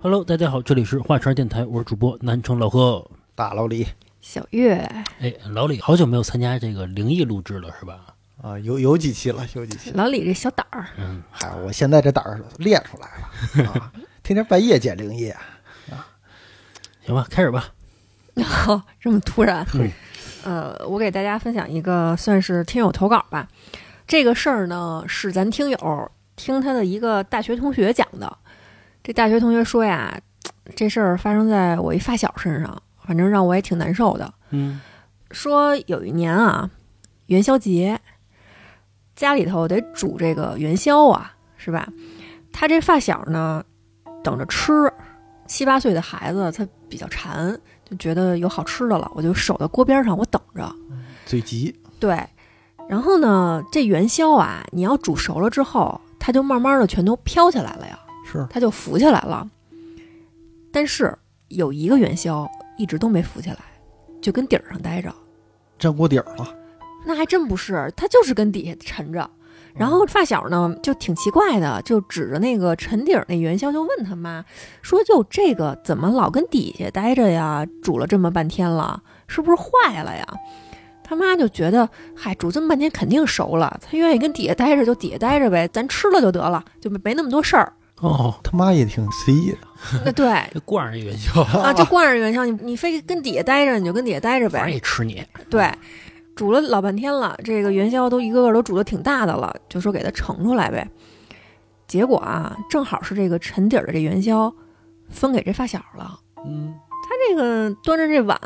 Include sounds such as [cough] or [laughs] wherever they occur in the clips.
Hello，大家好，这里是华晨电台，我是主播南城老贺。大老李小月，哎，老李，好久没有参加这个灵异录制了，是吧？啊，有有几期了，有几 [laughs] 期了。老李这小胆儿， [laughs] 嗯，嗨、我现在这胆儿练出来了啊，天天半夜捡灵异啊。行吧，开始吧。哦，这么突然嗯。呃，我给大家分享一个算是听友投稿吧。这个事儿呢，是咱听友听他的一个大学同学讲的。这大学同学说呀，这事儿发生在我一发小身上，反正让我也挺难受的。嗯说有一年啊，元宵节，家里头得煮这个元宵啊，是吧？他这发小呢，等着吃，七八岁的孩子他比较馋，就觉得有好吃的了，我就守在锅边上，我等着。嘴急，对，然后呢，这元宵啊，你要煮熟了之后，它就慢慢的全都飘起来了呀，是它就浮起来了。但是有一个元宵一直都没浮起来，就跟底儿上待着。粘锅底儿了。那还真不是，他就是跟底下沉着。然后发小呢就挺奇怪的，就指着那个沉底儿那元宵就问他妈说：“就这个怎么老跟底下待着呀？煮了这么半天了，是不是坏了呀？”他妈就觉得，嗨，煮这么半天肯定熟了，他愿意跟底下待着就底下待着呗，咱吃了就得了，就没没那么多事儿。哦，他妈也挺随意的那对这罐儿也元 [laughs] 宵，啊，就惯着元宵，你你非跟底下待着，你就跟底下待着呗。反正也吃你。对，煮了老半天了，这个元宵都一个个都煮的挺大的了，就说给它盛出来呗。结果啊，正好是这个沉底儿的这元宵分给这发小了。嗯，这个端着这碗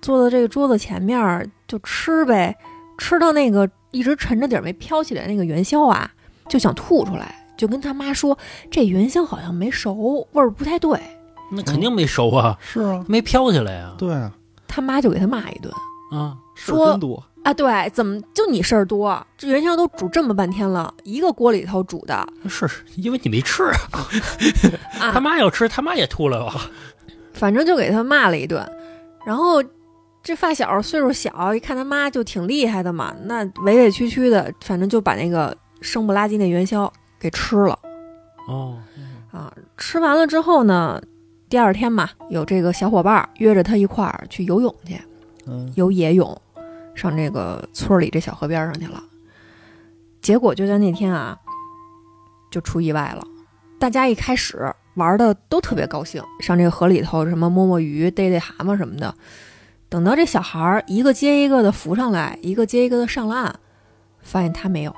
坐到这个桌子前面儿就吃呗，吃到那个一直沉着底儿没飘起来那个元宵啊，就想吐出来，就跟他妈说这元宵好像没熟，味儿不太对。那肯定没熟啊， [laughs] 是啊，没飘起来啊。对啊，他妈就给他骂一顿。啊，事说儿真多。啊，对，怎么就你事儿多？这元宵都煮这么半天了，一个锅里头煮的是是因为你没吃，他啊，妈要吃，他妈也吐了啊吧？反正就给他骂了一顿。然后这发小岁数小，一看他妈就挺厉害的嘛，那委委屈屈的，反正就把那个生不拉几那元宵给吃了哦，啊。吃完了之后呢，第二天嘛，有这个小伙伴儿约着他一块儿去游泳去。嗯，游野泳，上这个村儿里这小河边儿上去了。结果就在那天啊，就出意外了。大家一开始玩的都特别高兴，上这个河里头什么摸摸鱼、逮逮蛤蟆什么的。等到这小孩儿一个接一个的浮上来，一个接一个的上了岸，发现他没有。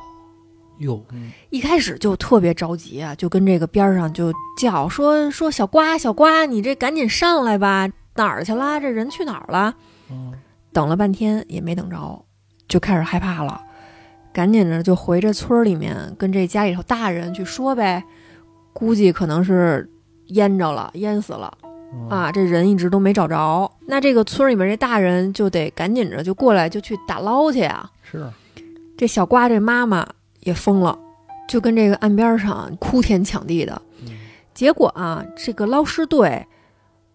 哟，一开始就特别着急啊，就跟这个边儿上就叫说说小瓜小瓜，你这赶紧上来吧，哪儿去啦？这人去哪儿了？嗯等了半天也没等着，就开始害怕了，赶紧着就回这村儿里面跟这家里头大人去说呗，估计可能是淹着了，淹死了嗯啊，这人一直都没找着，那这个村儿里面这大人就得赶紧着就过来就去打捞去啊，是啊这小瓜这妈妈也疯了，就跟这个岸边上哭天抢地的。嗯结果啊，这个捞尸队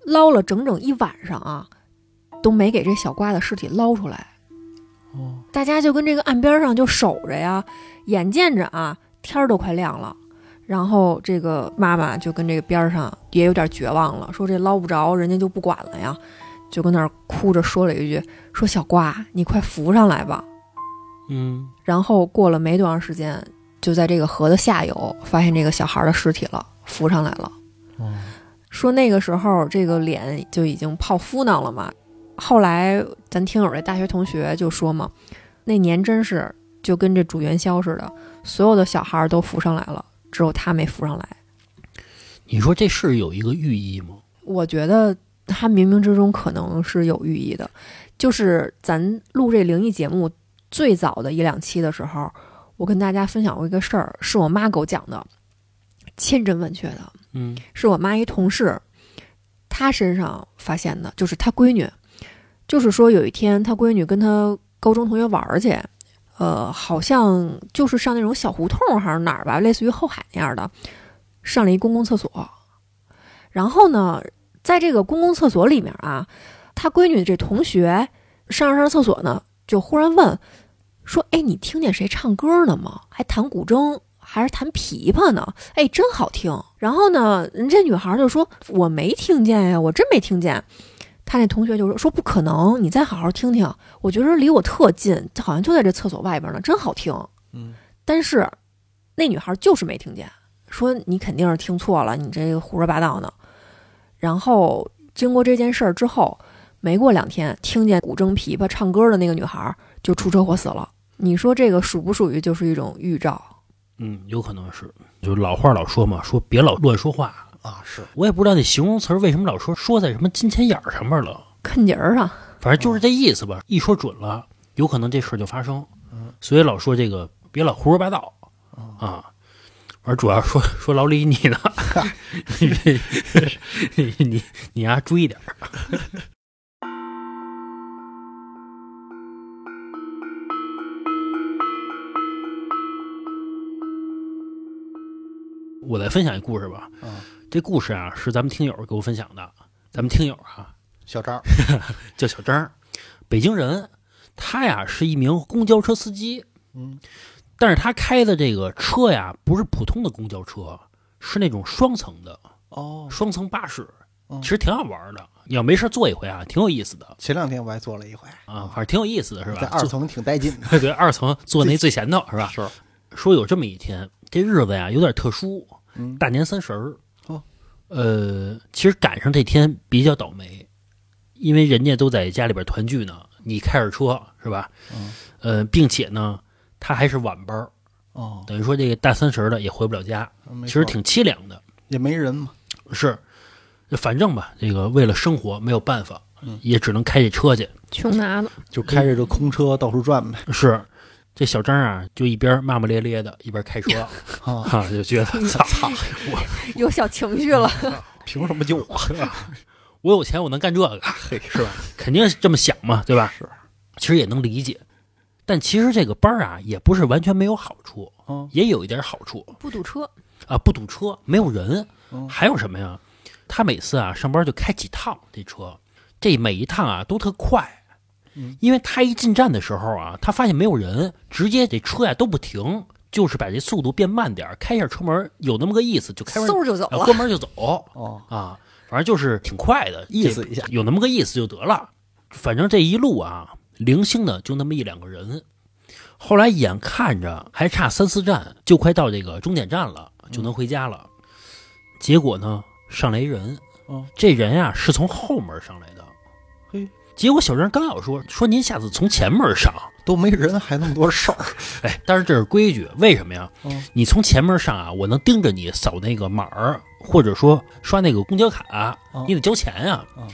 捞了整整一晚上啊，都没给这小瓜的尸体捞出来。哦，大家就跟这个岸边上就守着呀，眼见着啊，天儿都快亮了。然后这个妈妈就跟这个边儿上也有点绝望了，说这捞不着，人家就不管了呀，就跟那儿哭着说了一句：“说小瓜，你快浮上来吧。”嗯，然后过了没多长时间，就在这个河的下游发现这个小孩的尸体了，浮上来了。哦说那个时候这个脸就已经泡敷囊了嘛。后来咱听友这大学同学就说嘛，那年真是就跟这煮元宵似的，所有的小孩都浮上来了，只有他没浮上来。你说这是有一个寓意吗？我觉得他冥冥之中可能是有寓意的，就是咱录这灵异节目最早的一两期的时候，我跟大家分享过一个事儿，是我妈给我讲的，千真万确的，嗯，是我妈一同事，她身上发现的，就是她闺女，就是说有一天她闺女跟她高中同学玩儿去，呃，好像就是上那种小胡同还是哪儿吧，类似于后海那样的，上了一公共厕所。然后呢，在这个公共厕所里面啊，她闺女这同学上着上着厕所呢，就忽然问说：“哎，你听见谁唱歌呢吗？还弹古筝，还是弹琵琶呢，哎，真好听。然后呢，人这女孩就说我没听见呀，我真没听见。他那同学就说说不可能，你再好好听听，我觉得离我特近，好像就在这厕所外边呢，真好听。嗯，但是那女孩就是没听见，说你肯定是听错了，你这胡说八道呢。然后经过这件事儿之后，没过两天，听见古筝、琵琶唱歌的那个女孩就出车祸死了。你说这个属不属于就是一种预兆？嗯，有可能是，就老话老说嘛，说别老乱说话。啊，是我也不知道那形容词儿为什么老说说在什么金钱眼儿上面了，看节儿啊，反正就是这意思吧。一说准了，有可能这事儿就发生。所以老说这个别老胡说八道啊。而主要说说老李你呢，你你你啊注意点儿。我来分享一故事吧。嗯这故事啊是咱们听友给我分享的，咱们听友啊小张儿，叫小张儿，北京人。他呀是一名公交车司机，嗯但是他开的这个车呀不是普通的公交车，是那种双层的哦，双层巴士，嗯其实挺好玩的。你要没事坐一回啊，挺有意思的前两天我还做了一回，啊，反正挺有意思的是吧？在二坐 [laughs] 层挺带 [laughs] 劲的，对二层坐那最前头是吧？是，说有这么一天，这日子呀有点特殊，嗯，大年三十儿。哦，呃，其实赶上这天比较倒霉，因为人家都在家里边团聚呢，你开着车是吧？嗯。呃，并且呢，他还是晚班儿，哦，等于说这个大三十儿的也回不了家，没其错实挺凄凉的。也没人嘛，是，反正吧，这个为了生活没有办法，嗯也只能开这车去。穷拿的，就开着这空车到处转呗， [laughs] 是，这小张啊，就一边骂骂咧咧的，一边开 [laughs] 车，啊，哈、就 [laughs] 觉得操， [laughs] 有小情绪了。凭什么就 [laughs] 我？啊我有钱我能干这个，嘿，是吧？肯定是这么想嘛，对吧？是，其实也能理解，但其实这个班儿啊，也不是完全没有好处，嗯也有一点好处不堵车，啊，不堵车，没有人，嗯还有什么呀？他每次啊上班就开几趟这车，这每一趟啊都特快，嗯因为他一进站的时候啊，他发现没有人，直接这车呀、都不停，就是把这速度变慢点儿，开一下车门，有那么个意思，就开门，嗖就走啊了。关门就走哦，啊，反正就是挺快的，意思一下有那么个意思就得了。反正这一路啊，零星的就那么一两个人。后来眼看着还差三四站，就快到这个终点站了，就能回家了。结果呢，上来一人，哦这人呀、是从后门上来的。嘿，结果小张刚要说说您下次从前门上，都没人，还那么多事儿，哎，但是这是规矩，为什么呀？嗯你从前门上啊，我能盯着你扫那个码儿，或者说刷那个公交卡、嗯你得交钱呀、嗯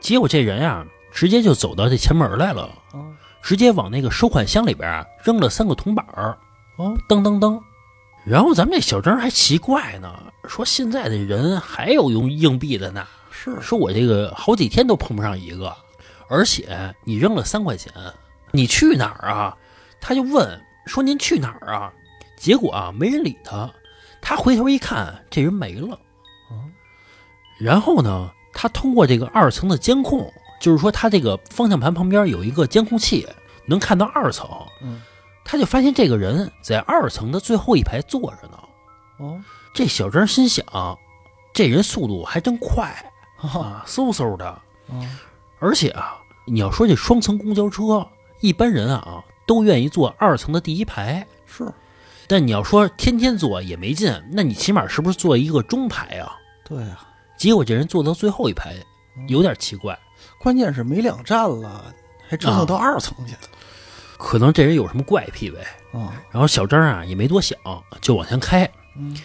结果这人呀、直接就走到这前门来了，哦直接往那个收款箱里边啊扔了三个铜板儿，哦，噔噔噔。然后咱们这小张还奇怪呢，说现在的人还有用硬币的呢，是说我这个好几天都碰不上一个，而且你扔了三块钱，你去哪儿啊？他就问说您去哪儿啊？结果啊没人理他，他回头一看这人没了哦，然后呢，他通过这个二层的监控，就是说他这个方向盘旁边有一个监控器，能看到二层，嗯他就发现这个人在二层的最后一排坐着呢。哦，这小张心想，这人速度还真快哈啊，嗖嗖的。哦而且啊，你要说这双层公交车，一般人啊都愿意坐二层的第一排，是但你要说天天坐也没劲，那你起码是不是坐一个中排啊？对啊，结果这人坐到最后一排，有点奇怪，关键是没两站了，还折腾到二层去了可能这人有什么怪癖呗。啊，然后小张啊也没多想，就往前开，嗯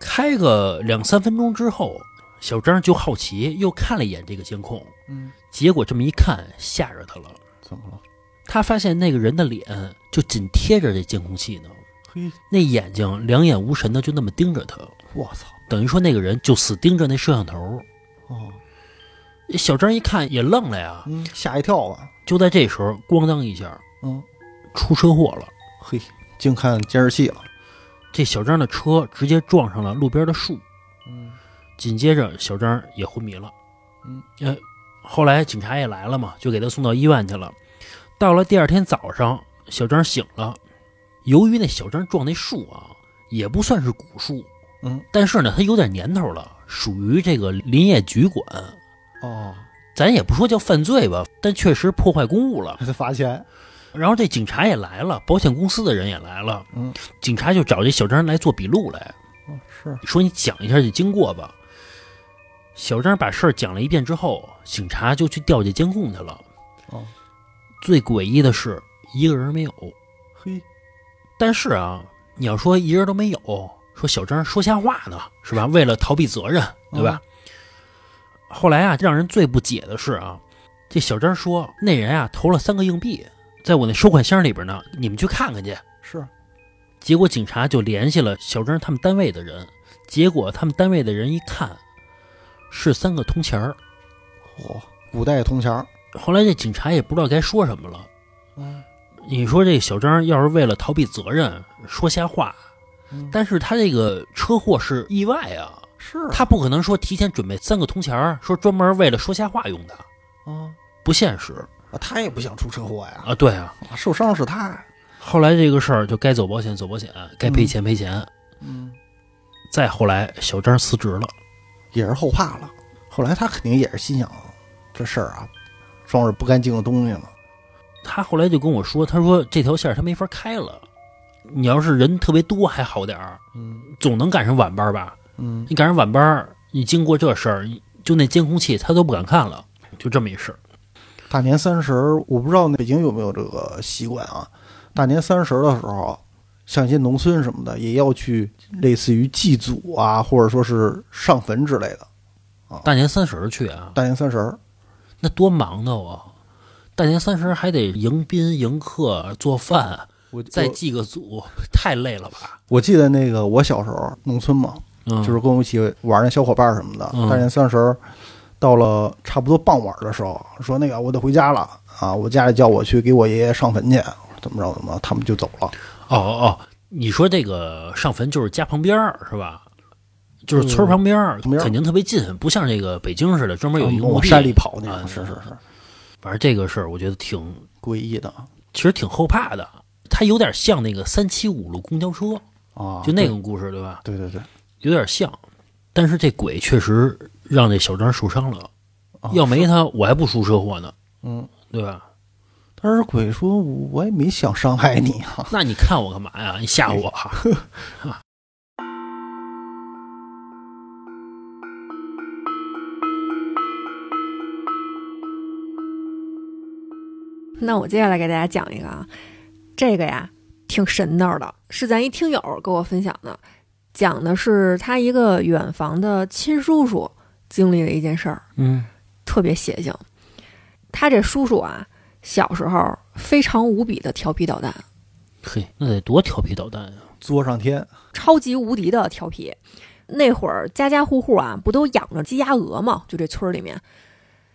开个两三分钟之后，小张就好奇又看了一眼这个监控，嗯，结果这么一看吓着他了，怎么了？他发现那个人的脸就紧贴着这监控器呢。嘿，那眼睛两眼无神的就那么盯着他，我操，等于说那个人就死盯着那摄像头。哦，小张一看也愣了呀，嗯，吓一跳吧，就在这时候，咣当一下嗯，出车祸了。嘿，净看监视器了，这小张的车直接撞上了路边的树，嗯紧接着小张也昏迷了。嗯，呃，后来警察也来了嘛，就给他送到医院去了。到了第二天早上，小张醒了，由于那小张撞那树啊，也不算是古树，嗯，但是呢，它有点年头了，属于这个林业局管。哦，咱也不说叫犯罪吧，但确实破坏公物了。还得罚钱，然后这警察也来了，保险公司的人也来了，嗯，警察就找这小张来做笔录来，哦是，说你讲一下这经过吧。小张把事儿讲了一遍之后，警察就去调这监控去了。哦，最诡异的是，一个人没有。嘿，但是啊，你要说一人都没有，说小张说瞎话呢，是吧？为了逃避责任，对吧？后来啊，让人最不解的是啊，这小张说那人啊投了三个硬币，在我那收款箱里边呢，你们去看看去。是，结果警察就联系了小张他们单位的人，结果他们单位的人一看，是三个铜钱儿。嚯，古代铜钱儿，后来这警察也不知道该说什么了。嗯你说这小张要是为了逃避责任说瞎话，嗯但是他这个车祸是意外啊，是他不可能说提前准备三个铜钱儿，说专门为了说瞎话用的，啊，不现实啊他也不想出车祸呀，啊。对啊，啊受伤是他，后来这个事儿就该走保险走保险，该赔钱赔钱。嗯，再后来，小张辞职了，也是后怕了。后来他肯定也是心想，这事儿啊，装着不干净的东西呢。他后来就跟我说，他说这条线儿他没法开了。你要是人特别多还好点儿，嗯总能赶上晚班吧？嗯，你赶上晚班儿，你经过这事儿，就那监控器他都不敢看了，就这么一事儿。大年三十儿，我不知道北京有没有这个习惯啊。大年三十儿的时候，像一些农村什么的，也要去类似于祭祖啊，或者说是上坟之类的。大年三十儿去啊，大年三十儿，那多忙的啊！大年三十还得迎宾迎客、做饭，我再我祭个祖，太累了吧？我记得那个我小时候农村嘛，嗯，就是跟我一起玩儿那小伙伴儿什么的。嗯大年三十儿到了差不多傍晚的时候，说那个我得回家了啊，我家里叫我去给我爷爷上坟去，我说怎么着怎么着，他们就走了。哦哦哦，你说这个上坟就是家旁边儿是吧？就是村儿旁边儿，嗯旁边儿嗯肯定特别近，不像这个北京似的专门有一个墓往地。山里跑那啊种，是是是，反正这个事儿我觉得挺，诡异的啊其实挺后怕的。它有点像那个三七五路公交车，啊，就那种故事对吧？对，对对对，有点像，但是这鬼确实让这小张受伤了。啊要没他，我还不出车祸呢，嗯，对吧？但是鬼说我也没想伤害你啊，那你看我干嘛呀？你吓我啊！那我接下来给大家讲一个啊，这个呀挺神道的，是咱一听友给我分享的，讲的是他一个远房的亲叔叔经历的一件事儿，嗯特别邪性。他这叔叔啊，小时候非常无比的调皮捣蛋，嘿，那得多调皮捣蛋啊呀、 [laughs] 作上天，超级无敌的调皮。那会儿家家户户啊，不都养着鸡鸭鹅嘛？就这村儿里面，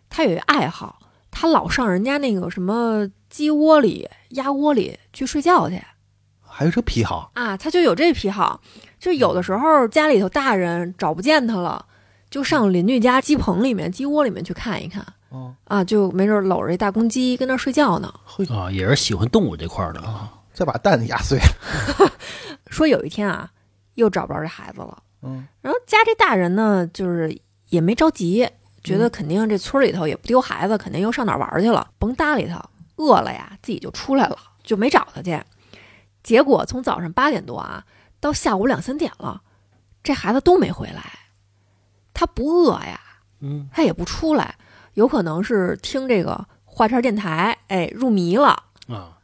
他有一爱好，他老上人家那个什么鸡窝里、鸭窝里去睡觉去还有这癖好，啊。他就有这癖好，就有的时候家里头大人找不见他了，就上邻居家鸡棚里面、鸡窝里面去看一看哦，啊，就没准搂着一大公鸡跟那儿睡觉呢。嘿啊，也是喜欢动物这块儿的。啊，再把蛋压碎了，说有一天啊，又找不着这孩子了。嗯然后家这大人呢，就是也没着急，觉得肯定这村里头也不丢孩子，肯定又上哪儿玩去了，甭搭理他。饿了呀，自己就出来了，就没找他去。结果从早上八点多啊，到下午两三点了，这孩子都没回来。他不饿呀，嗯，他也不出来，有可能是听这个画片电台，哎，入迷了。啊，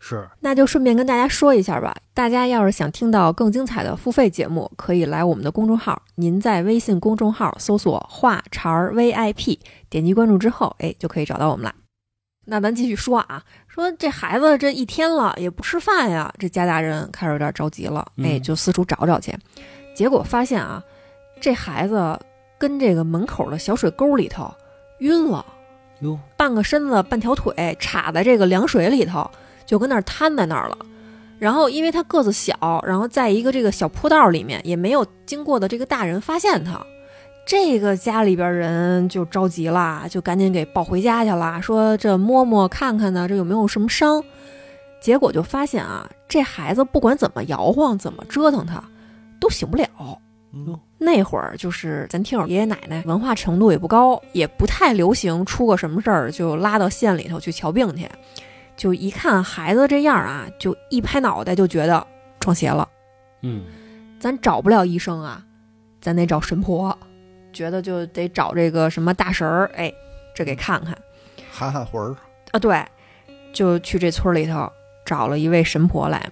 是那就顺便跟大家说一下吧，大家要是想听到更精彩的付费节目，可以来我们的公众号。您在微信公众号搜索“话茬儿 VIP”，点击关注之后，哎，就可以找到我们了。那咱继续说啊，说这孩子这一天了也不吃饭呀，这家大人开始有点着急了，嗯哎，就四处找找去。结果发现啊，这孩子跟这个门口的小水沟里头晕了。哟，半个身子半条腿插在这个凉水里头，就跟那儿瘫在那儿了。然后因为他个子小，然后在一个这个小坡道里面也没有经过的这个大人发现他，这个家里边人就着急啦，就赶紧给抱回家去了，说这摸摸看看呢，这有没有什么伤。结果就发现啊，这孩子不管怎么摇晃、怎么折腾他，都醒不了。嗯那会儿就是咱听友爷爷奶奶文化程度也不高，也不太流行出个什么事儿就拉到县里头去瞧病去，就一看孩子这样啊，就一拍脑袋就觉得撞邪了。嗯，咱找不了医生啊，咱得找神婆，觉得就得找这个什么大神儿，哎，这给看看喊喊魂儿，啊。对，就去这村里头找了一位神婆来，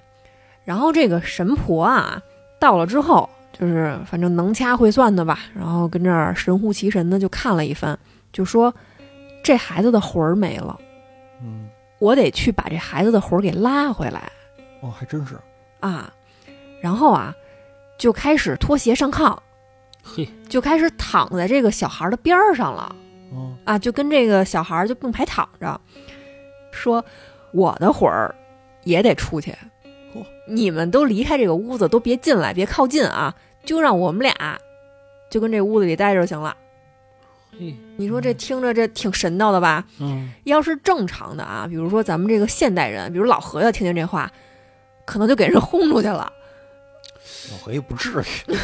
然后这个神婆啊，到了之后就是反正能掐会算的吧，然后跟这儿神乎其神的就看了一番，就说这孩子的魂儿没了，嗯，我得去把这孩子的魂儿给拉回来。哦，还真是，啊，然后啊，就开始脱鞋上炕，嘿，就开始躺在这个小孩的边儿上了哦，啊，就跟这个小孩就并排躺着，说我的魂儿也得出去嚯，你们都离开这个屋子，都别进来，别靠近啊，就让我们俩就跟这屋子里待着就行了。嘿，你说这听着这挺神道的吧？嗯，要是正常的啊，比如说咱们这个现代人，比如老何要听见这话，可能就给人轰出去了。老何也不至于，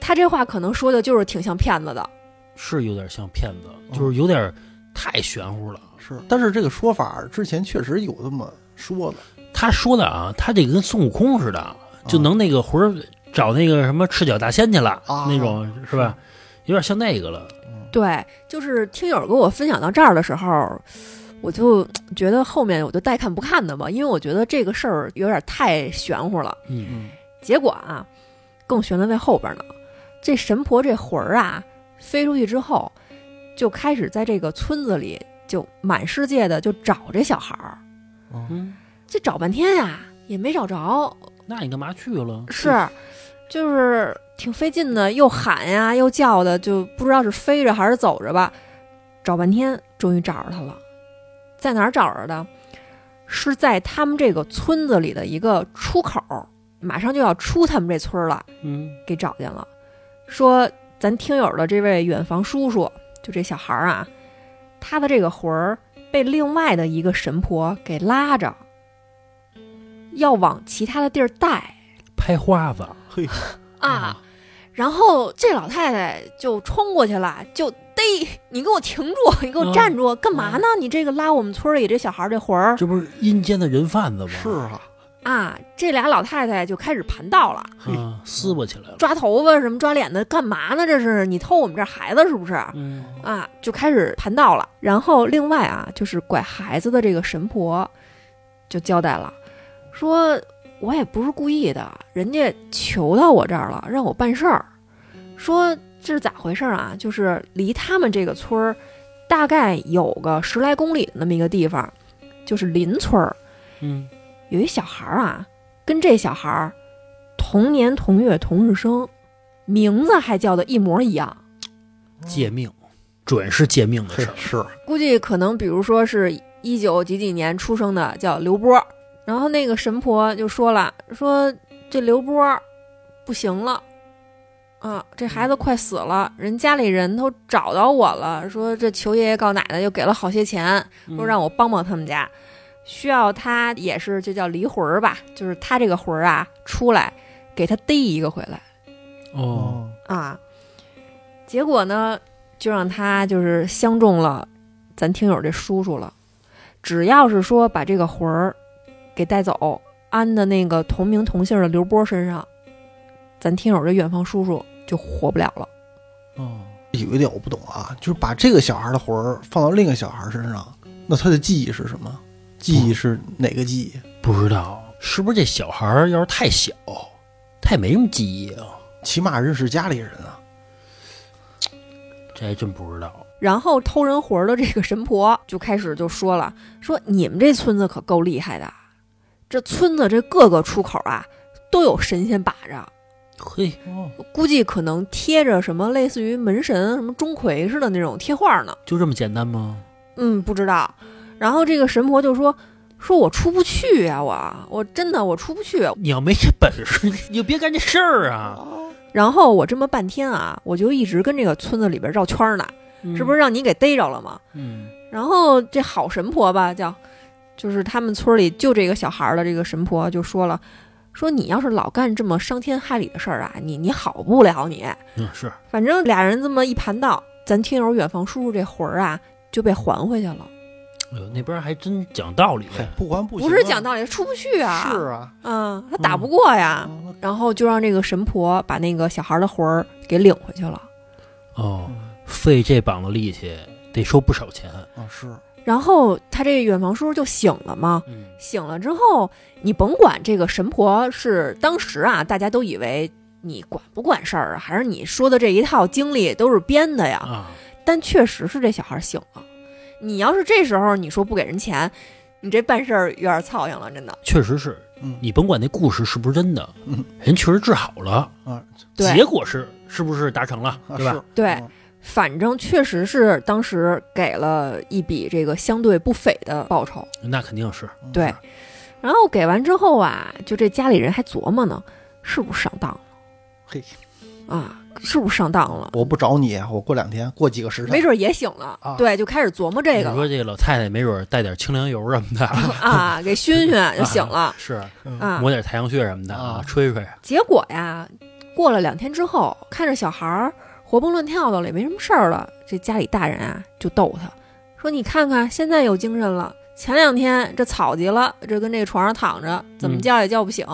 他这话可能说的就是挺像骗子的，是有点像骗子，就是有点太玄乎了。是，但是这个说法儿之前确实有这么说的，他说的啊，他这个跟孙悟空似的，就能那个魂儿找那个什么赤脚大仙去了，啊那种是吧？有点像那个了。对，就是听友给我分享到这儿的时候，我就觉得后面我就带看不看的吧，因为我觉得这个事儿有点太玄乎了。嗯，嗯，结果啊，更悬的在后边呢。这神婆这魂儿啊，飞出去之后，就开始在这个村子里就满世界的就找这小孩儿，嗯，这找半天呀、也没找着，那你干嘛去了？是，就是挺费劲的，又喊呀又叫的，就不知道是飞着还是走着吧，找半天终于找着他了，在哪儿找着的？是在他们这个村子里的一个出口，马上就要出他们这村儿了，嗯给找见了。说咱听友的这位远房叔叔，就这小孩儿啊，他的这个魂儿被另外的一个神婆给拉着，要往其他的地儿带。拍花子，嘿，啊，然后这老太太就冲过去了，就逮 [laughs] 你给我停住， [laughs] 你给我站住，干嘛呢？你这个拉我们村里这小孩这魂儿这不是阴间的人贩子吗？是啊，啊！这俩老太太就开始盘道了，啊，撕巴起来了。抓头发什么抓脸的，干嘛呢？这是你偷我们这孩子是不是？嗯啊，就开始盘道了。然后另外啊，就是拐孩子的这个神婆就交代了，说我也不是故意的，人家求到我这儿了，让我办事儿。说这是咋回事儿啊？就是离他们这个村儿大概有个十来公里的那么一个地方，就是邻村儿，嗯，有一小孩儿啊，跟这小孩儿同年同月同日生，名字还叫的一模一样。嗯借命，准是借命的嘿事儿。是，估计可能比如说是一九几几年出生的，叫刘波儿。然后那个神婆就说了，说这刘波儿不行了，啊，这孩子快死了，人家里人都找到我了，说这求爷爷告奶奶，又给了好些钱，嗯说让我帮帮他们家，需要他也是就叫离魂儿吧，就是他这个魂儿啊出来，给他逮一个回来。嗯哦，啊，结果呢，就让他就是相中了咱听友这叔叔了。只要是说把这个魂儿给带走，安的那个同名同姓的刘波身上，咱听友这远方叔叔就活不了了。哦，有一点我不懂啊，就是把这个小孩的魂儿放到另一个小孩身上，那他的记忆是什么？记忆是哪个记忆？不知道是不是这小孩儿要是太小，太没什么记忆啊？起码认识家里人啊。这还真不知道。然后偷人魂儿的这个神婆就开始就说了，说你们这村子可够厉害的，这村子这各个出口啊都有神仙把着，嘿，哦，估计可能贴着什么类似于门神、什么钟馗似的那种贴画呢。就这么简单吗？嗯，不知道。然后这个神婆就说：“说我出不去呀、我我真的我出不去。你要没这本事，你就别干这事儿啊！然后我这么半天啊，我就一直跟这个村子里边绕嗯圈呢，这不是让你给逮着了吗？嗯，然后这好神婆吧，叫就是他们村里就这个小孩儿的这个神婆就说了，说你要是老干这么伤天害理的事儿啊，你你好不了你。嗯，是反正俩人这么一盘道，咱听友远方叔叔这魂儿啊就被还回去了，哎呦，那边还真讲道理，嘿，不还不行、啊不是讲道理，出不去啊。是啊，嗯，他打不过啊呀，嗯然后就让这个神婆把那个小孩的魂儿给领回去了。哦，费这膀子力气得收不少钱。啊是，然后他这远房叔叔就醒了嘛，嗯，醒了之后，你甭管这个神婆是当时啊，大家都以为你管不管事儿啊，还是你说的这一套经历都是编的呀，啊，但确实是这小孩醒了。你要是这时候你说不给人钱，你这办事儿有点操心了，真的。确实是嗯你甭管那故事是不是真的，嗯人确实治好了，啊结对果是是不是达成了，啊对吧是？，对，嗯反正确实是当时给了一笔这个相对不菲的报酬。那肯定是，嗯对，然后给完之后啊，就这家里人还琢磨呢，是不是上当了？嘿，啊，是不是上当了？我不找你，啊我过两天，过几个时辰，没准儿也醒了，啊对，就开始琢磨这个你了说这个老太太没准带点清凉油什么的，啊，给熏熏就醒了 [laughs] 是嗯啊。抹点太阳穴什么的啊吹吹。结果呀，过了两天之后，看着小孩儿活蹦乱跳的了，也没什么事儿了，这家里大人啊就逗他，说：“你看看，现在有精神了，前两天这草极了，这跟这个床上躺着，怎么嗯叫也叫不醒。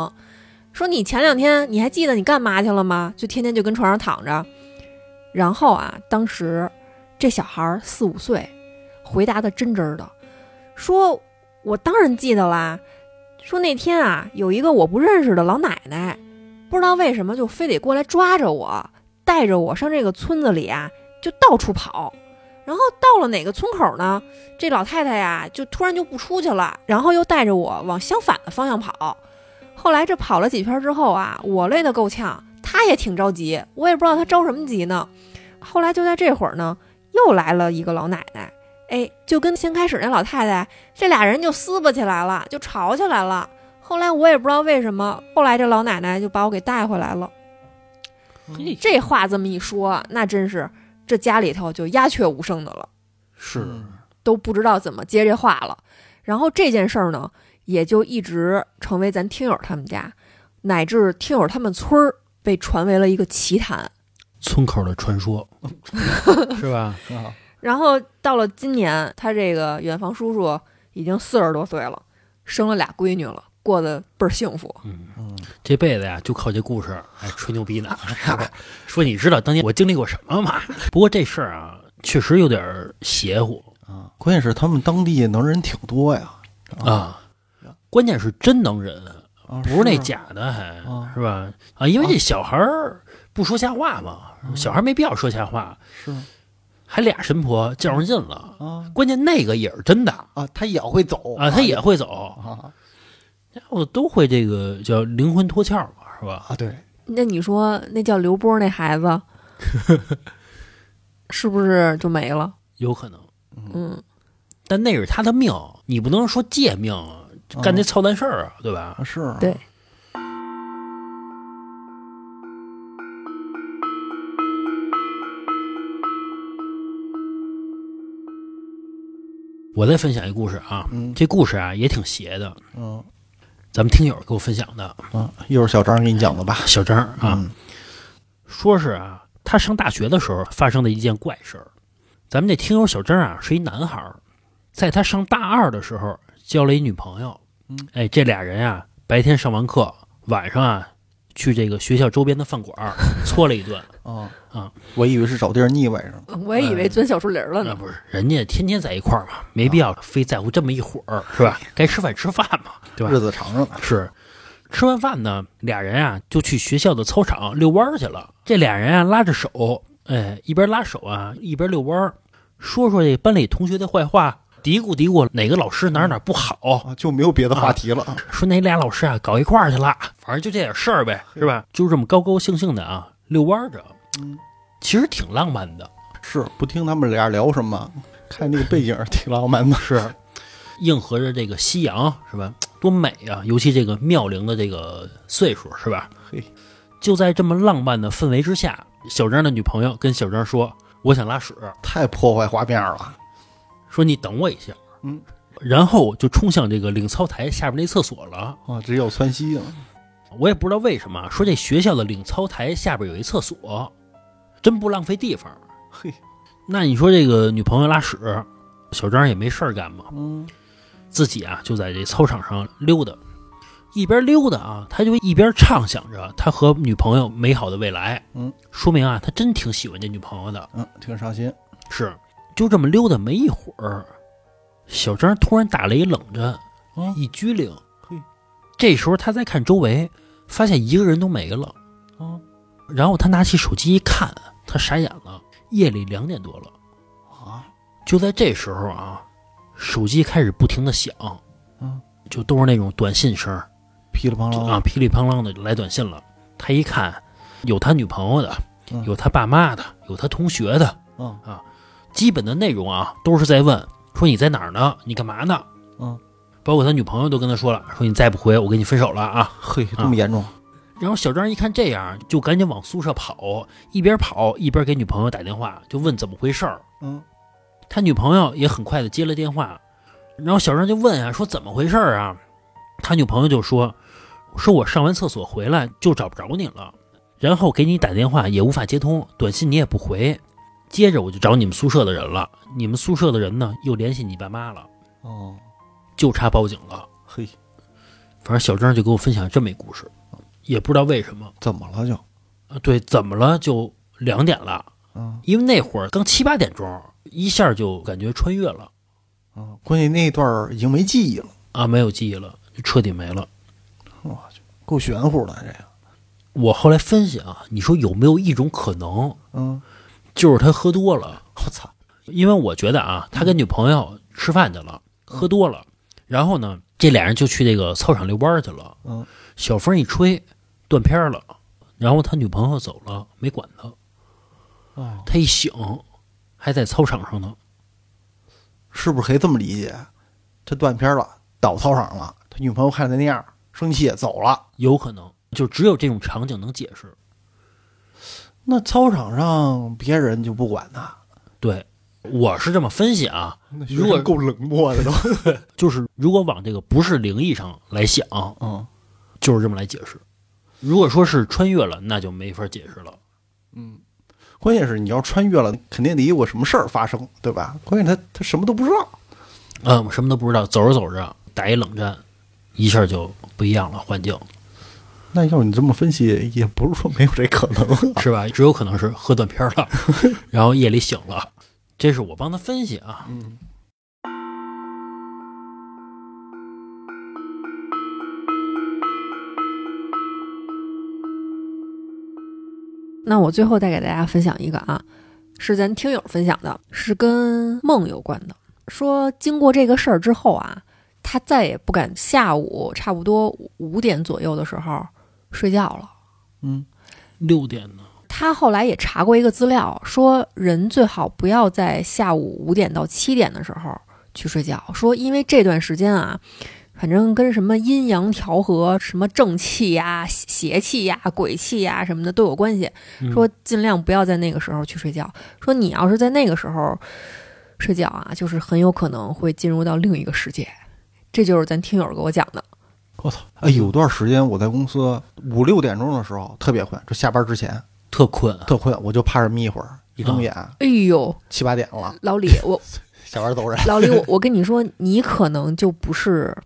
说你前两天你还记得你干嘛去了吗？就天天就跟床上躺着。然后啊，当时这小孩儿四五岁，回答的真真儿的，说：“我当然记得啦。”说那天啊，有一个我不认识的老奶奶，不知道为什么就非得过来抓着我，带着我上这个村子里啊，就到处跑。然后到了哪个村口呢？这老太太呀，就突然就不出去了，然后又带着我往相反的方向跑。后来这跑了几圈之后啊，我累得够呛，她也挺着急，我也不知道她着什么急呢。后来就在这会儿呢，又来了一个老奶奶，哎，就跟先开始那老太太，这俩人就撕巴起来了，就吵起来了。后来我也不知道为什么，后来这老奶奶就把我给带回来了。嗯嘿，这话这么一说，那真是这家里头就鸦雀无声的了，是嗯都不知道怎么接这话了。然后这件事儿呢，也就一直成为咱听友他们家，乃至听友他们村儿被传为了一个奇谈。村口的传说， [laughs] 是吧？啊，然后到了今年，他这个远房叔叔已经四十多岁了，生了俩闺女了，过得倍儿幸福。嗯，嗯，这辈子呀，就靠这故事还吹牛 [laughs] 逼呢。哎说你知道当年我经历过什么吗？不过这事儿啊，确实有点儿邪乎啊，关键是他们当地能人挺多呀，啊。关键是真能忍，啊不是那啊假的，还啊是吧？啊，嗯因为这小孩儿不说瞎话嘛，小孩儿没必要说瞎话，是还俩神婆较上劲了。啊关键那个也是真的啊，啊，他也会走他也会走，啊家伙哦都会这个叫灵魂脱壳嘛，是吧？啊，对，那你说那叫刘波那孩子，是不是就没了？有可能，嗯，但那是他的命，你不能说借命啊嗯干那操蛋事儿啊，对吧啊？是啊对我再分享一故事啊，嗯这故事啊也挺邪的，嗯咱们听友给我分享的，啊，一会儿小张给你讲的吧小张啊，嗯说是啊，他上大学的时候发生的一件怪事儿。咱们这听友小张啊是一男孩儿，在他上大二的时候交了一女朋友。嗯，哎，这俩人啊，白天上完课，晚上啊去这个学校周边的饭馆 [laughs] 儿搓了一顿。啊啊，我以为是找地儿腻歪上了嗯我也以为钻小树林了嗯那呢。不是人家天天在一块儿嘛，没必要非在乎这么一会儿，是吧？该吃饭吃饭嘛，对吧？日子长着呢是，吃完饭呢，俩人啊就去学校的操场遛弯儿去了。这俩人啊拉着手，哎，一边拉手啊一边遛弯儿，说说这班里同学的坏话，嘀咕嘀咕哪个老师哪儿哪儿不好，啊，就没有别的话题了说哪俩老师啊搞一块儿去了，反正就这点事儿呗，是吧？就这么高高兴兴的啊遛弯儿着，嗯，其实挺浪漫的，是不听他们俩聊什么，看那个背景儿挺浪漫的，是。应和着这个夕阳是吧？多美啊！尤其这个妙龄的这个岁数是吧？嘿，就在这么浪漫的氛围之下，小张的女朋友跟小张说：“我想拉屎，太破坏画面了说你等我一下。”嗯，然后就冲向这个领操台下边那厕所了。啊，这要窜稀了。我也不知道为什么，啊说这学校的领操台下边有一厕所，真不浪费地方。嘿，那你说这个女朋友拉屎，小张也没事儿干嘛，嗯，自己啊就在这操场上溜达，一边溜达啊，他就一边畅想着他和女朋友美好的未来。嗯，说明啊，他真挺喜欢这女朋友的。嗯，挺伤心。是，就这么溜达没一会儿，小张突然打了一冷战，嗯一激灵。嘿，这时候他再看周围，发现一个人都没了。啊然后他拿起手机一看，他傻眼了，夜里两点多了。啊，就在这时候啊，手机开始不停的响，嗯，就都是那种短信声儿噼里啪就啦啊，噼里啪啦的就来短信了。他一看，有他女朋友的，嗯有他爸妈的，有他同学的，啊嗯基本的内容啊，都是在问说你在哪儿呢？你干嘛呢？嗯，包括他女朋友都跟他说了，说你再不回，我跟你分手了啊。嘿，这么严重？然后小张一看这样，就赶紧往宿舍跑，一边跑一边给女朋友打电话，就问怎么回事儿。嗯他女朋友也很快的接了电话，然后小张就问啊，说怎么回事儿啊？他女朋友就说，说我上完厕所回来就找不着你了，然后给你打电话也无法接通，短信你也不回，接着我就找你们宿舍的人了，你们宿舍的人呢又联系你爸妈了，哦，就差报警了。嘿，反正小张就给我分享这么一故事，也不知道为什么，怎么了就？啊对，怎么了就两点了，嗯因为那会儿刚七八点钟，一下就感觉穿越了。嗯，关键那段儿已经没记忆了，啊，没有记忆了，就彻底没了。我去，够玄乎的这个。我后来分析啊，你说有没有一种可能，嗯，就是他喝多了？我操，因为我觉得啊，他跟女朋友吃饭去了，喝多了，然后呢，这俩人就去这个操场遛弯儿去了。嗯，小风一吹，断片儿了，然后他女朋友走了，没管他。哦，他一醒，还在操场上呢。是不是可以这么理解？他断片了，倒操场了，他女朋友看他那样儿，生气走了。有可能，就只有这种场景能解释。那操场上别人就不管他，对，我是这么分析啊。如果够冷漠的都。就是如果往这个不是灵异上来想， [laughs] 嗯就是这么来解释。如果说是穿越了，那就没法解释了。嗯，关键是你要穿越了，肯定得有什么事儿发生，对吧？关键他他什么都不知道。嗯，我什么都不知道，走着走着打一冷战，一下就不一样了，环境那要你这么分析，也不是说没有这可能。是吧？只有可能是喝断片儿 [laughs] 了，然后夜里醒了。这是我帮他分析啊。嗯，那我最后再给大家分享一个啊，是咱听友分享的，是跟梦有关的。说经过这个事儿之后啊，他再也不敢下午差不多五点左右的时候睡觉了。 [laughs] 嗯，六点呢，他后来也查过一个资料，说人最好不要在下午五点到七点的时候去睡觉，说因为这段时间啊，反正跟什么阴阳调和、什么正气呀、邪邪气呀、鬼气呀什么的都有关系。嗯说尽量不要在那个时候去睡觉，说你要是在那个时候睡觉啊，就是很有可能会进入到另一个世界。这就是咱听友给我讲的。我操！哎，有段时间我在公司五六点钟的时候特别困，就下班之前特困啊，特困，我就趴着眯一会儿，一睁眼、哎呦，七八点了，老李，我下班走人。老李，我我跟你说，你可能就不是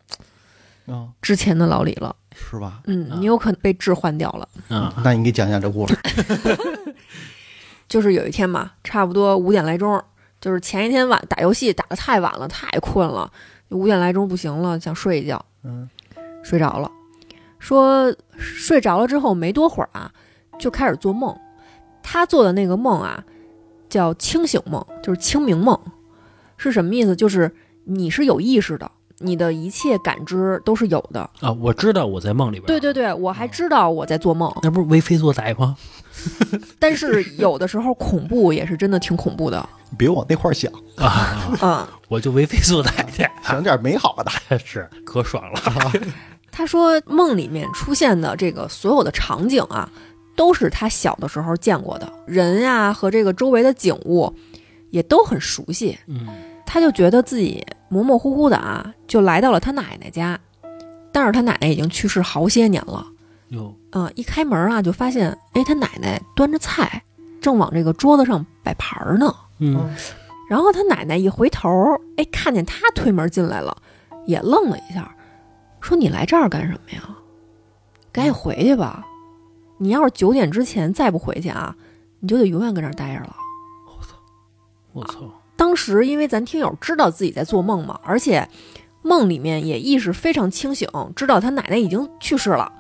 嗯，之前的老李了， [laughs] 是吧？啊嗯，你有可能被置换掉了。嗯那你给讲讲这故事。就是有一天嘛，差不多五点来钟，就是前一天晚打游戏打的太晚了，太困了，五点来钟不行了，想睡一觉，嗯睡着了。说睡着了之后没多会儿啊，就开始做梦。他做的那个梦啊，叫清醒梦，就是清明梦，是什么意思？就是你是有意识的，你的一切感知都是有的。啊，我知道我在梦里边。对对，对，我还知道我在做梦，那不是为非作歹吗？但是有的时候恐怖也是真的挺恐怖的。你别往那块儿想，啊，嗯，我就为非作歹去，想点美好的。 [laughs] 是可爽了。他说梦里面出现的这个所有的场景啊，都是他小的时候见过的人啊呀、和这个周围的景物，也都很熟悉。嗯他就觉得自己模模糊糊的啊，就来到了他奶奶家，但是他奶奶已经去世好些年了。哟，啊、一开门啊，就发现，哎，他奶奶端着菜，正往这个桌子上摆盘儿呢。嗯，然后他奶奶一回头，哎，看见他推门进来了，也愣了一下，说：“你来这儿干什么呀？赶紧回去吧！你要是九点之前再不回去啊，你就得永远跟这儿待着了。”我操，当时因为咱听友知道自己在做梦嘛，而且梦里面也意识非常清醒，知道他奶奶已经去世了。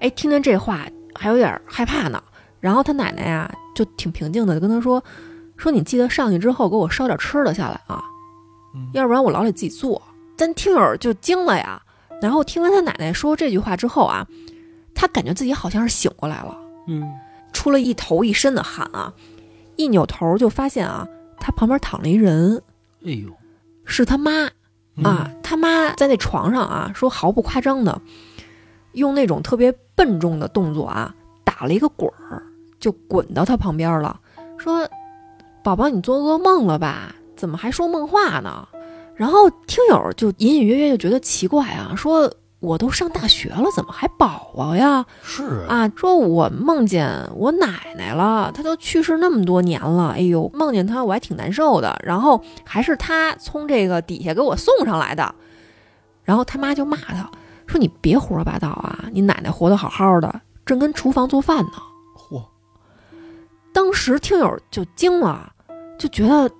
哎，听见这话还有点害怕呢。然后他奶奶呀、就挺平静的，就跟他说：“说你记得上去之后给我烧点吃的下来啊，嗯要不然我老得自己做。”咱听友就惊了呀。然后听完他奶奶说这句话之后啊，他感觉自己好像是醒过来了。嗯，出了一头一身的汗啊，一扭头就发现啊，他旁边躺了一人，哎呦，是他妈啊，他妈在那床上啊，说毫不夸张的，用那种特别笨重的动作啊，打了一个滚儿，就滚到他旁边了，说：“宝宝，你做噩梦了吧？怎么还说梦话呢？”然后听友就隐隐约约就觉得奇怪啊，说：“我都上大学了，怎么还宝宝呀？”是，啊，说我梦见我奶奶了，她都去世那么多年了，哎呦，梦见她我还挺难受的。然后还是她从这个底下给我送上来的，然后他妈就骂他，说你别胡说八道啊，你奶奶活得好好的，正跟厨房做饭呢。 [laughs] 嚯，当时听友就惊了，就觉得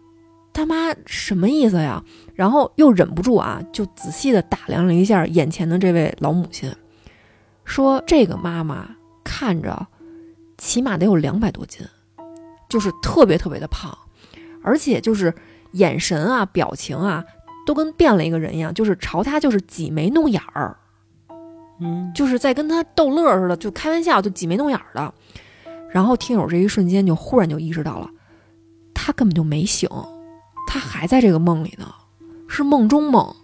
他妈什么意思呀？然后又忍不住啊，就仔细的打量了一下眼前的这位老母亲，说这个妈妈看着起码得有两百多斤，就是特别特别的胖，而且就是眼神啊、表情啊都跟变了一个人一样，就是朝他就是挤眉弄眼儿，嗯，就是在跟他逗乐儿似的，就开玩笑，就挤眉弄眼儿的。然后听友这一瞬间就忽然就意识到了，他根本就没醒，他还在这个梦里呢，是梦中梦。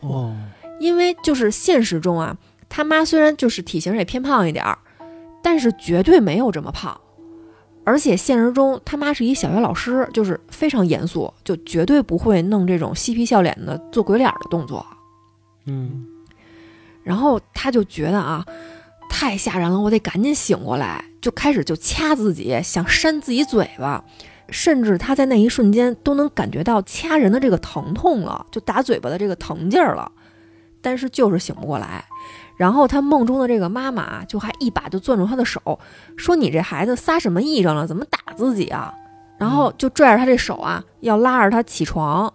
哦，因为就是现实中啊，他妈虽然就是体型也偏胖一点儿，但是绝对没有这么胖。而且现实中他妈是一小学老师，就是非常严肃，就绝对不会弄这种嬉皮笑脸的做鬼脸儿的动作。嗯，然后他就觉得啊，太吓人了，我得赶紧醒过来，就开始就掐自己，想扇自己嘴巴，甚至他在那一瞬间都能感觉到掐人的这个疼痛了，就打嘴巴的这个疼劲儿了，但是就是醒不过来。然后他梦中的这个妈妈啊就还一把就攥住他的手，说：“你这孩子撒什么癔症了？怎么打自己啊？”然后就拽着他这手啊，要拉着他起床。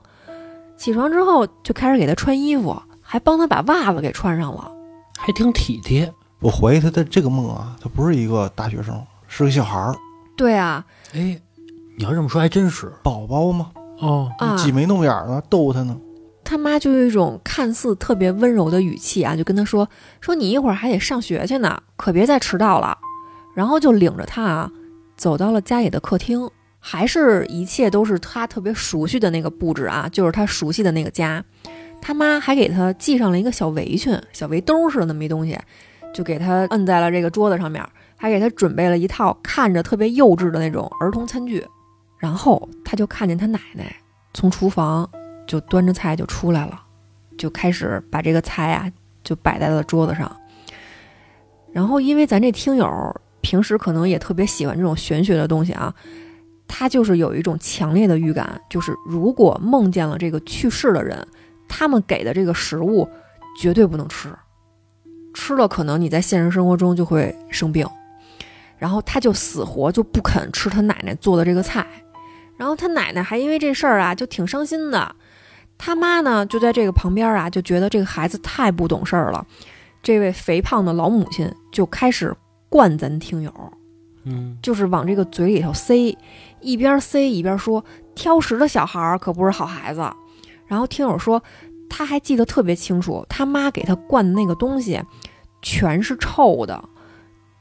起床之后就开始给他穿衣服，还帮他把袜子给穿上了。还挺体贴，我怀疑他的这个梦啊，他不是一个大学生，是个小孩儿，对啊，哎，你要这么说还真是，宝宝嘛，哦，啊，挤眉弄眼儿呢，逗他呢。他妈就有一种看似特别温柔的语气啊，就跟他说：“说你一会儿还得上学去呢，可别再迟到了。”然后就领着他啊，走到了家里的客厅，还是一切都是他特别熟悉的那个布置啊，就是他熟悉的那个家。他妈还给他系上了一个小围裙、小围兜似的那么一东西，就给他摁在了这个桌子上面，还给他准备了一套看着特别幼稚的那种儿童餐具。然后他就看见他奶奶从厨房就端着菜就出来了，就开始把这个菜啊就摆在了桌子上。然后因为咱这听友平时可能也特别喜欢这种玄学的东西啊，他就是有一种强烈的预感，就是如果梦见了这个去世的人，他们给的这个食物绝对不能吃，吃了可能你在现实生活中就会生病。然后他就死活就不肯吃他奶奶做的这个菜，然后他奶奶还因为这事儿啊就挺伤心的，他妈呢就在这个旁边啊，就觉得这个孩子太不懂事儿了。这位肥胖的老母亲就开始惯咱听友，嗯，就是往这个嘴里头塞，一边塞一边说：“挑食的小孩儿可不是好孩子。”然后听友说，他还记得特别清楚，他妈给他灌的那个东西全是臭的，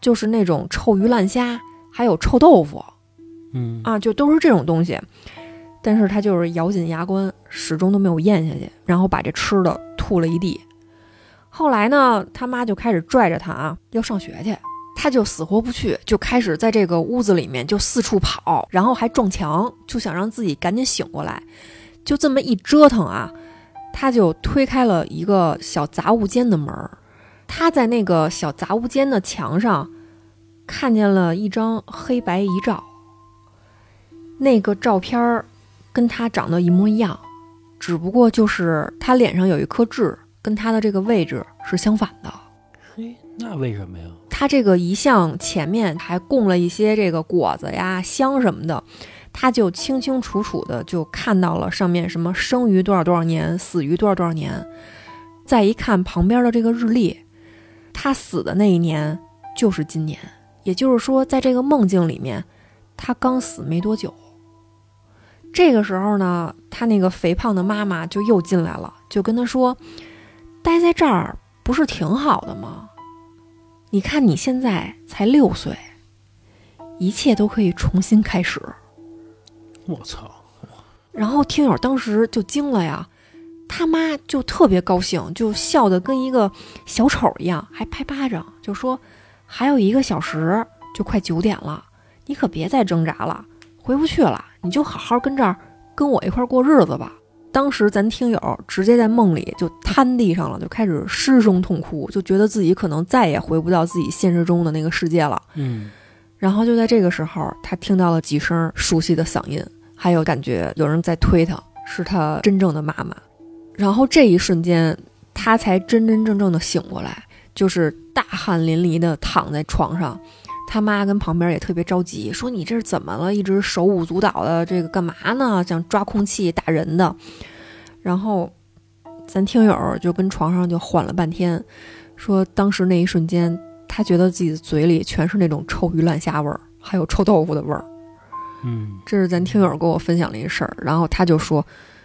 就是那种臭鱼烂虾，还有臭豆腐。嗯，啊，就都是这种东西。但是他就是咬紧牙关，始终都没有咽下去，然后把这吃的吐了一地。后来呢，他妈就开始拽着他啊，要上学去，他就死活不去，就开始在这个屋子里面就四处跑，然后还撞墙，就想让自己赶紧醒过来。就这么一折腾啊，他就推开了一个小杂物间的门儿，他在那个小杂物间的墙上看见了一张黑白遗照，那个照片儿跟他长得一模一样，只不过就是他脸上有一颗痣，跟他的这个位置是相反的。嘿，哎那为什么呀？他这个遗像前面还供了一些这个果子呀、香什么的，他就清清楚楚的就看到了上面什么生于多少多少年，死于多少多少年。再一看旁边的这个日历，他死的那一年就是今年，也就是说，在这个梦境里面，他刚死没多久。这个时候呢，他那个肥胖的妈妈就又进来了，就跟他说：“待在这儿不是挺好的吗？”你看你现在才六岁，一切都可以重新开始。我操！然后听友当时就惊了呀，他妈就特别高兴，就笑得跟一个小丑一样，还拍巴掌，就说还有一个小时就快九点了，你可别再挣扎了，回不去了，你就好好跟这儿跟我一块儿过日子吧。当时咱听友直接在梦里就瘫地上了，就开始失声痛哭，就觉得自己可能再也回不到自己现实中的那个世界了。嗯，然后就在这个时候，他听到了几声熟悉的嗓音，还有感觉有人在推他，是他真正的妈妈。然后这一瞬间，他才真真正正的醒过来，就是大汗淋漓的躺在床上。他妈跟旁边也特别着急，说：“你这是怎么了？一直手舞足蹈的，这个干嘛呢？想抓空气打人的。”然后，咱听友就跟床上就缓了半天，说当时那一瞬间，他觉得自己的嘴里全是那种臭鱼烂虾味儿，还有臭豆腐的味儿。嗯，这是咱听友跟我分享的一事儿，然后他就说，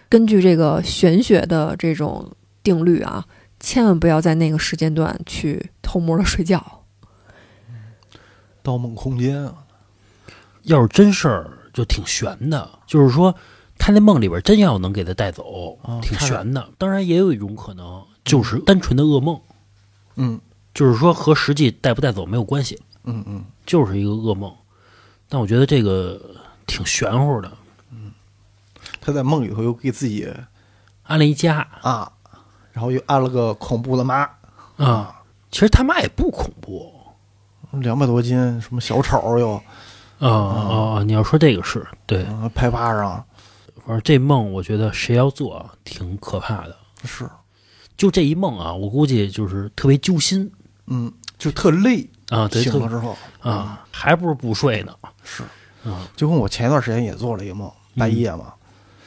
根据这个玄学的这种定律啊，千万不要在那个时间段去偷摸的睡觉。盗梦空间》啊，要是真事儿就挺悬的，就是说他那梦里边真要能给他带走，啊挺差点悬的。当然也有一种可能就是单纯的噩梦，嗯就是说和实际带不带走没有关系，嗯嗯，就是一个噩梦。但我觉得这个挺玄乎的。他在梦里头又给自己安了一家啊，然后又安了个恐怖的妈，啊，其实他妈也不恐怖两百多斤，什么小丑又啊啊！啊你要说这个是对，啊拍巴掌，反正这梦我觉得谁要做啊，挺可怕的。是，就这一梦啊，我估计就是特别揪心嗯，就特累，啊，对，醒特了之后，啊，还不如不睡呢。是啊，就跟我前一段时间也做了一个梦，嗯半夜嘛，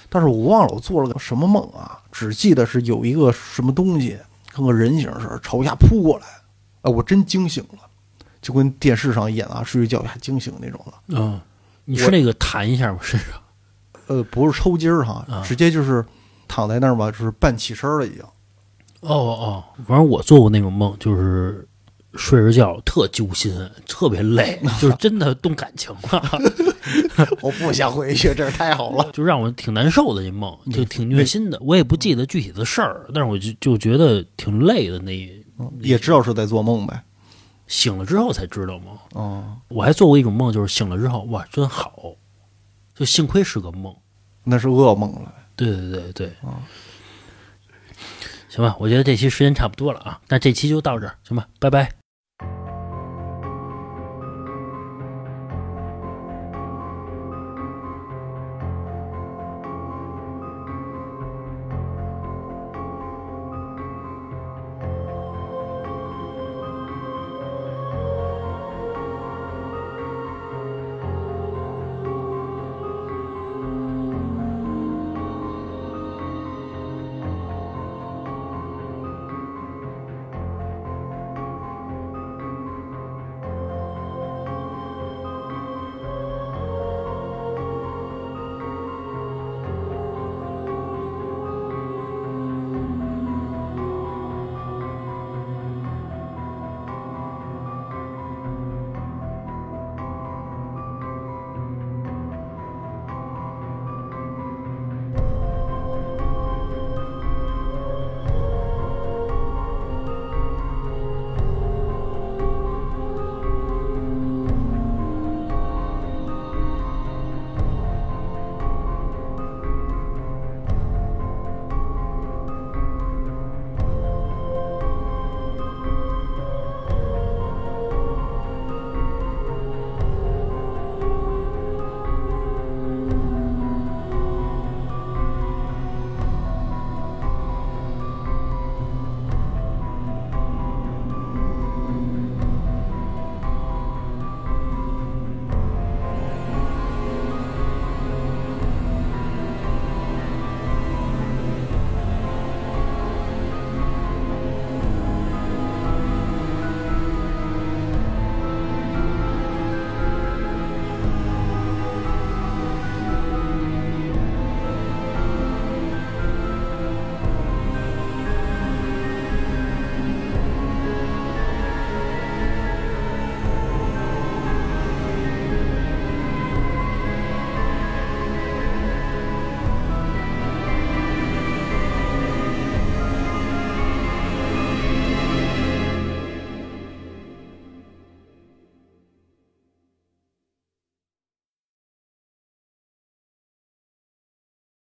但是我忘了我做了个什么梦啊，只记得是有一个什么东西跟个人形似的朝我下扑过来，啊，我真惊醒了，就跟电视上演啊睡一觉一下惊醒那种了。嗯，你是啊那个弹一下吗？身上呃，不是抽筋儿哈啊，直接就是躺在那儿嘛，就是半起身儿了已经。 [laughs] 哦哦，反正我做过那种梦，就是睡着觉特揪心，特别 [laughs] 累，就是真的动感情了， [laughs] 我不想回去，这太好了。就让我挺难受的。这梦挺挺虐心的，我也不记得具体的事儿，但是我就就觉得挺累的。那也知道是在做梦呗。醒了之后才知道嘛。哦，我还做过一种梦，就是醒了之后，哇，真好，就幸亏是个梦。那是噩梦了。对对对对，啊行吧，我觉得这期时间差不多了啊，那这期就到这儿，行吧，拜拜。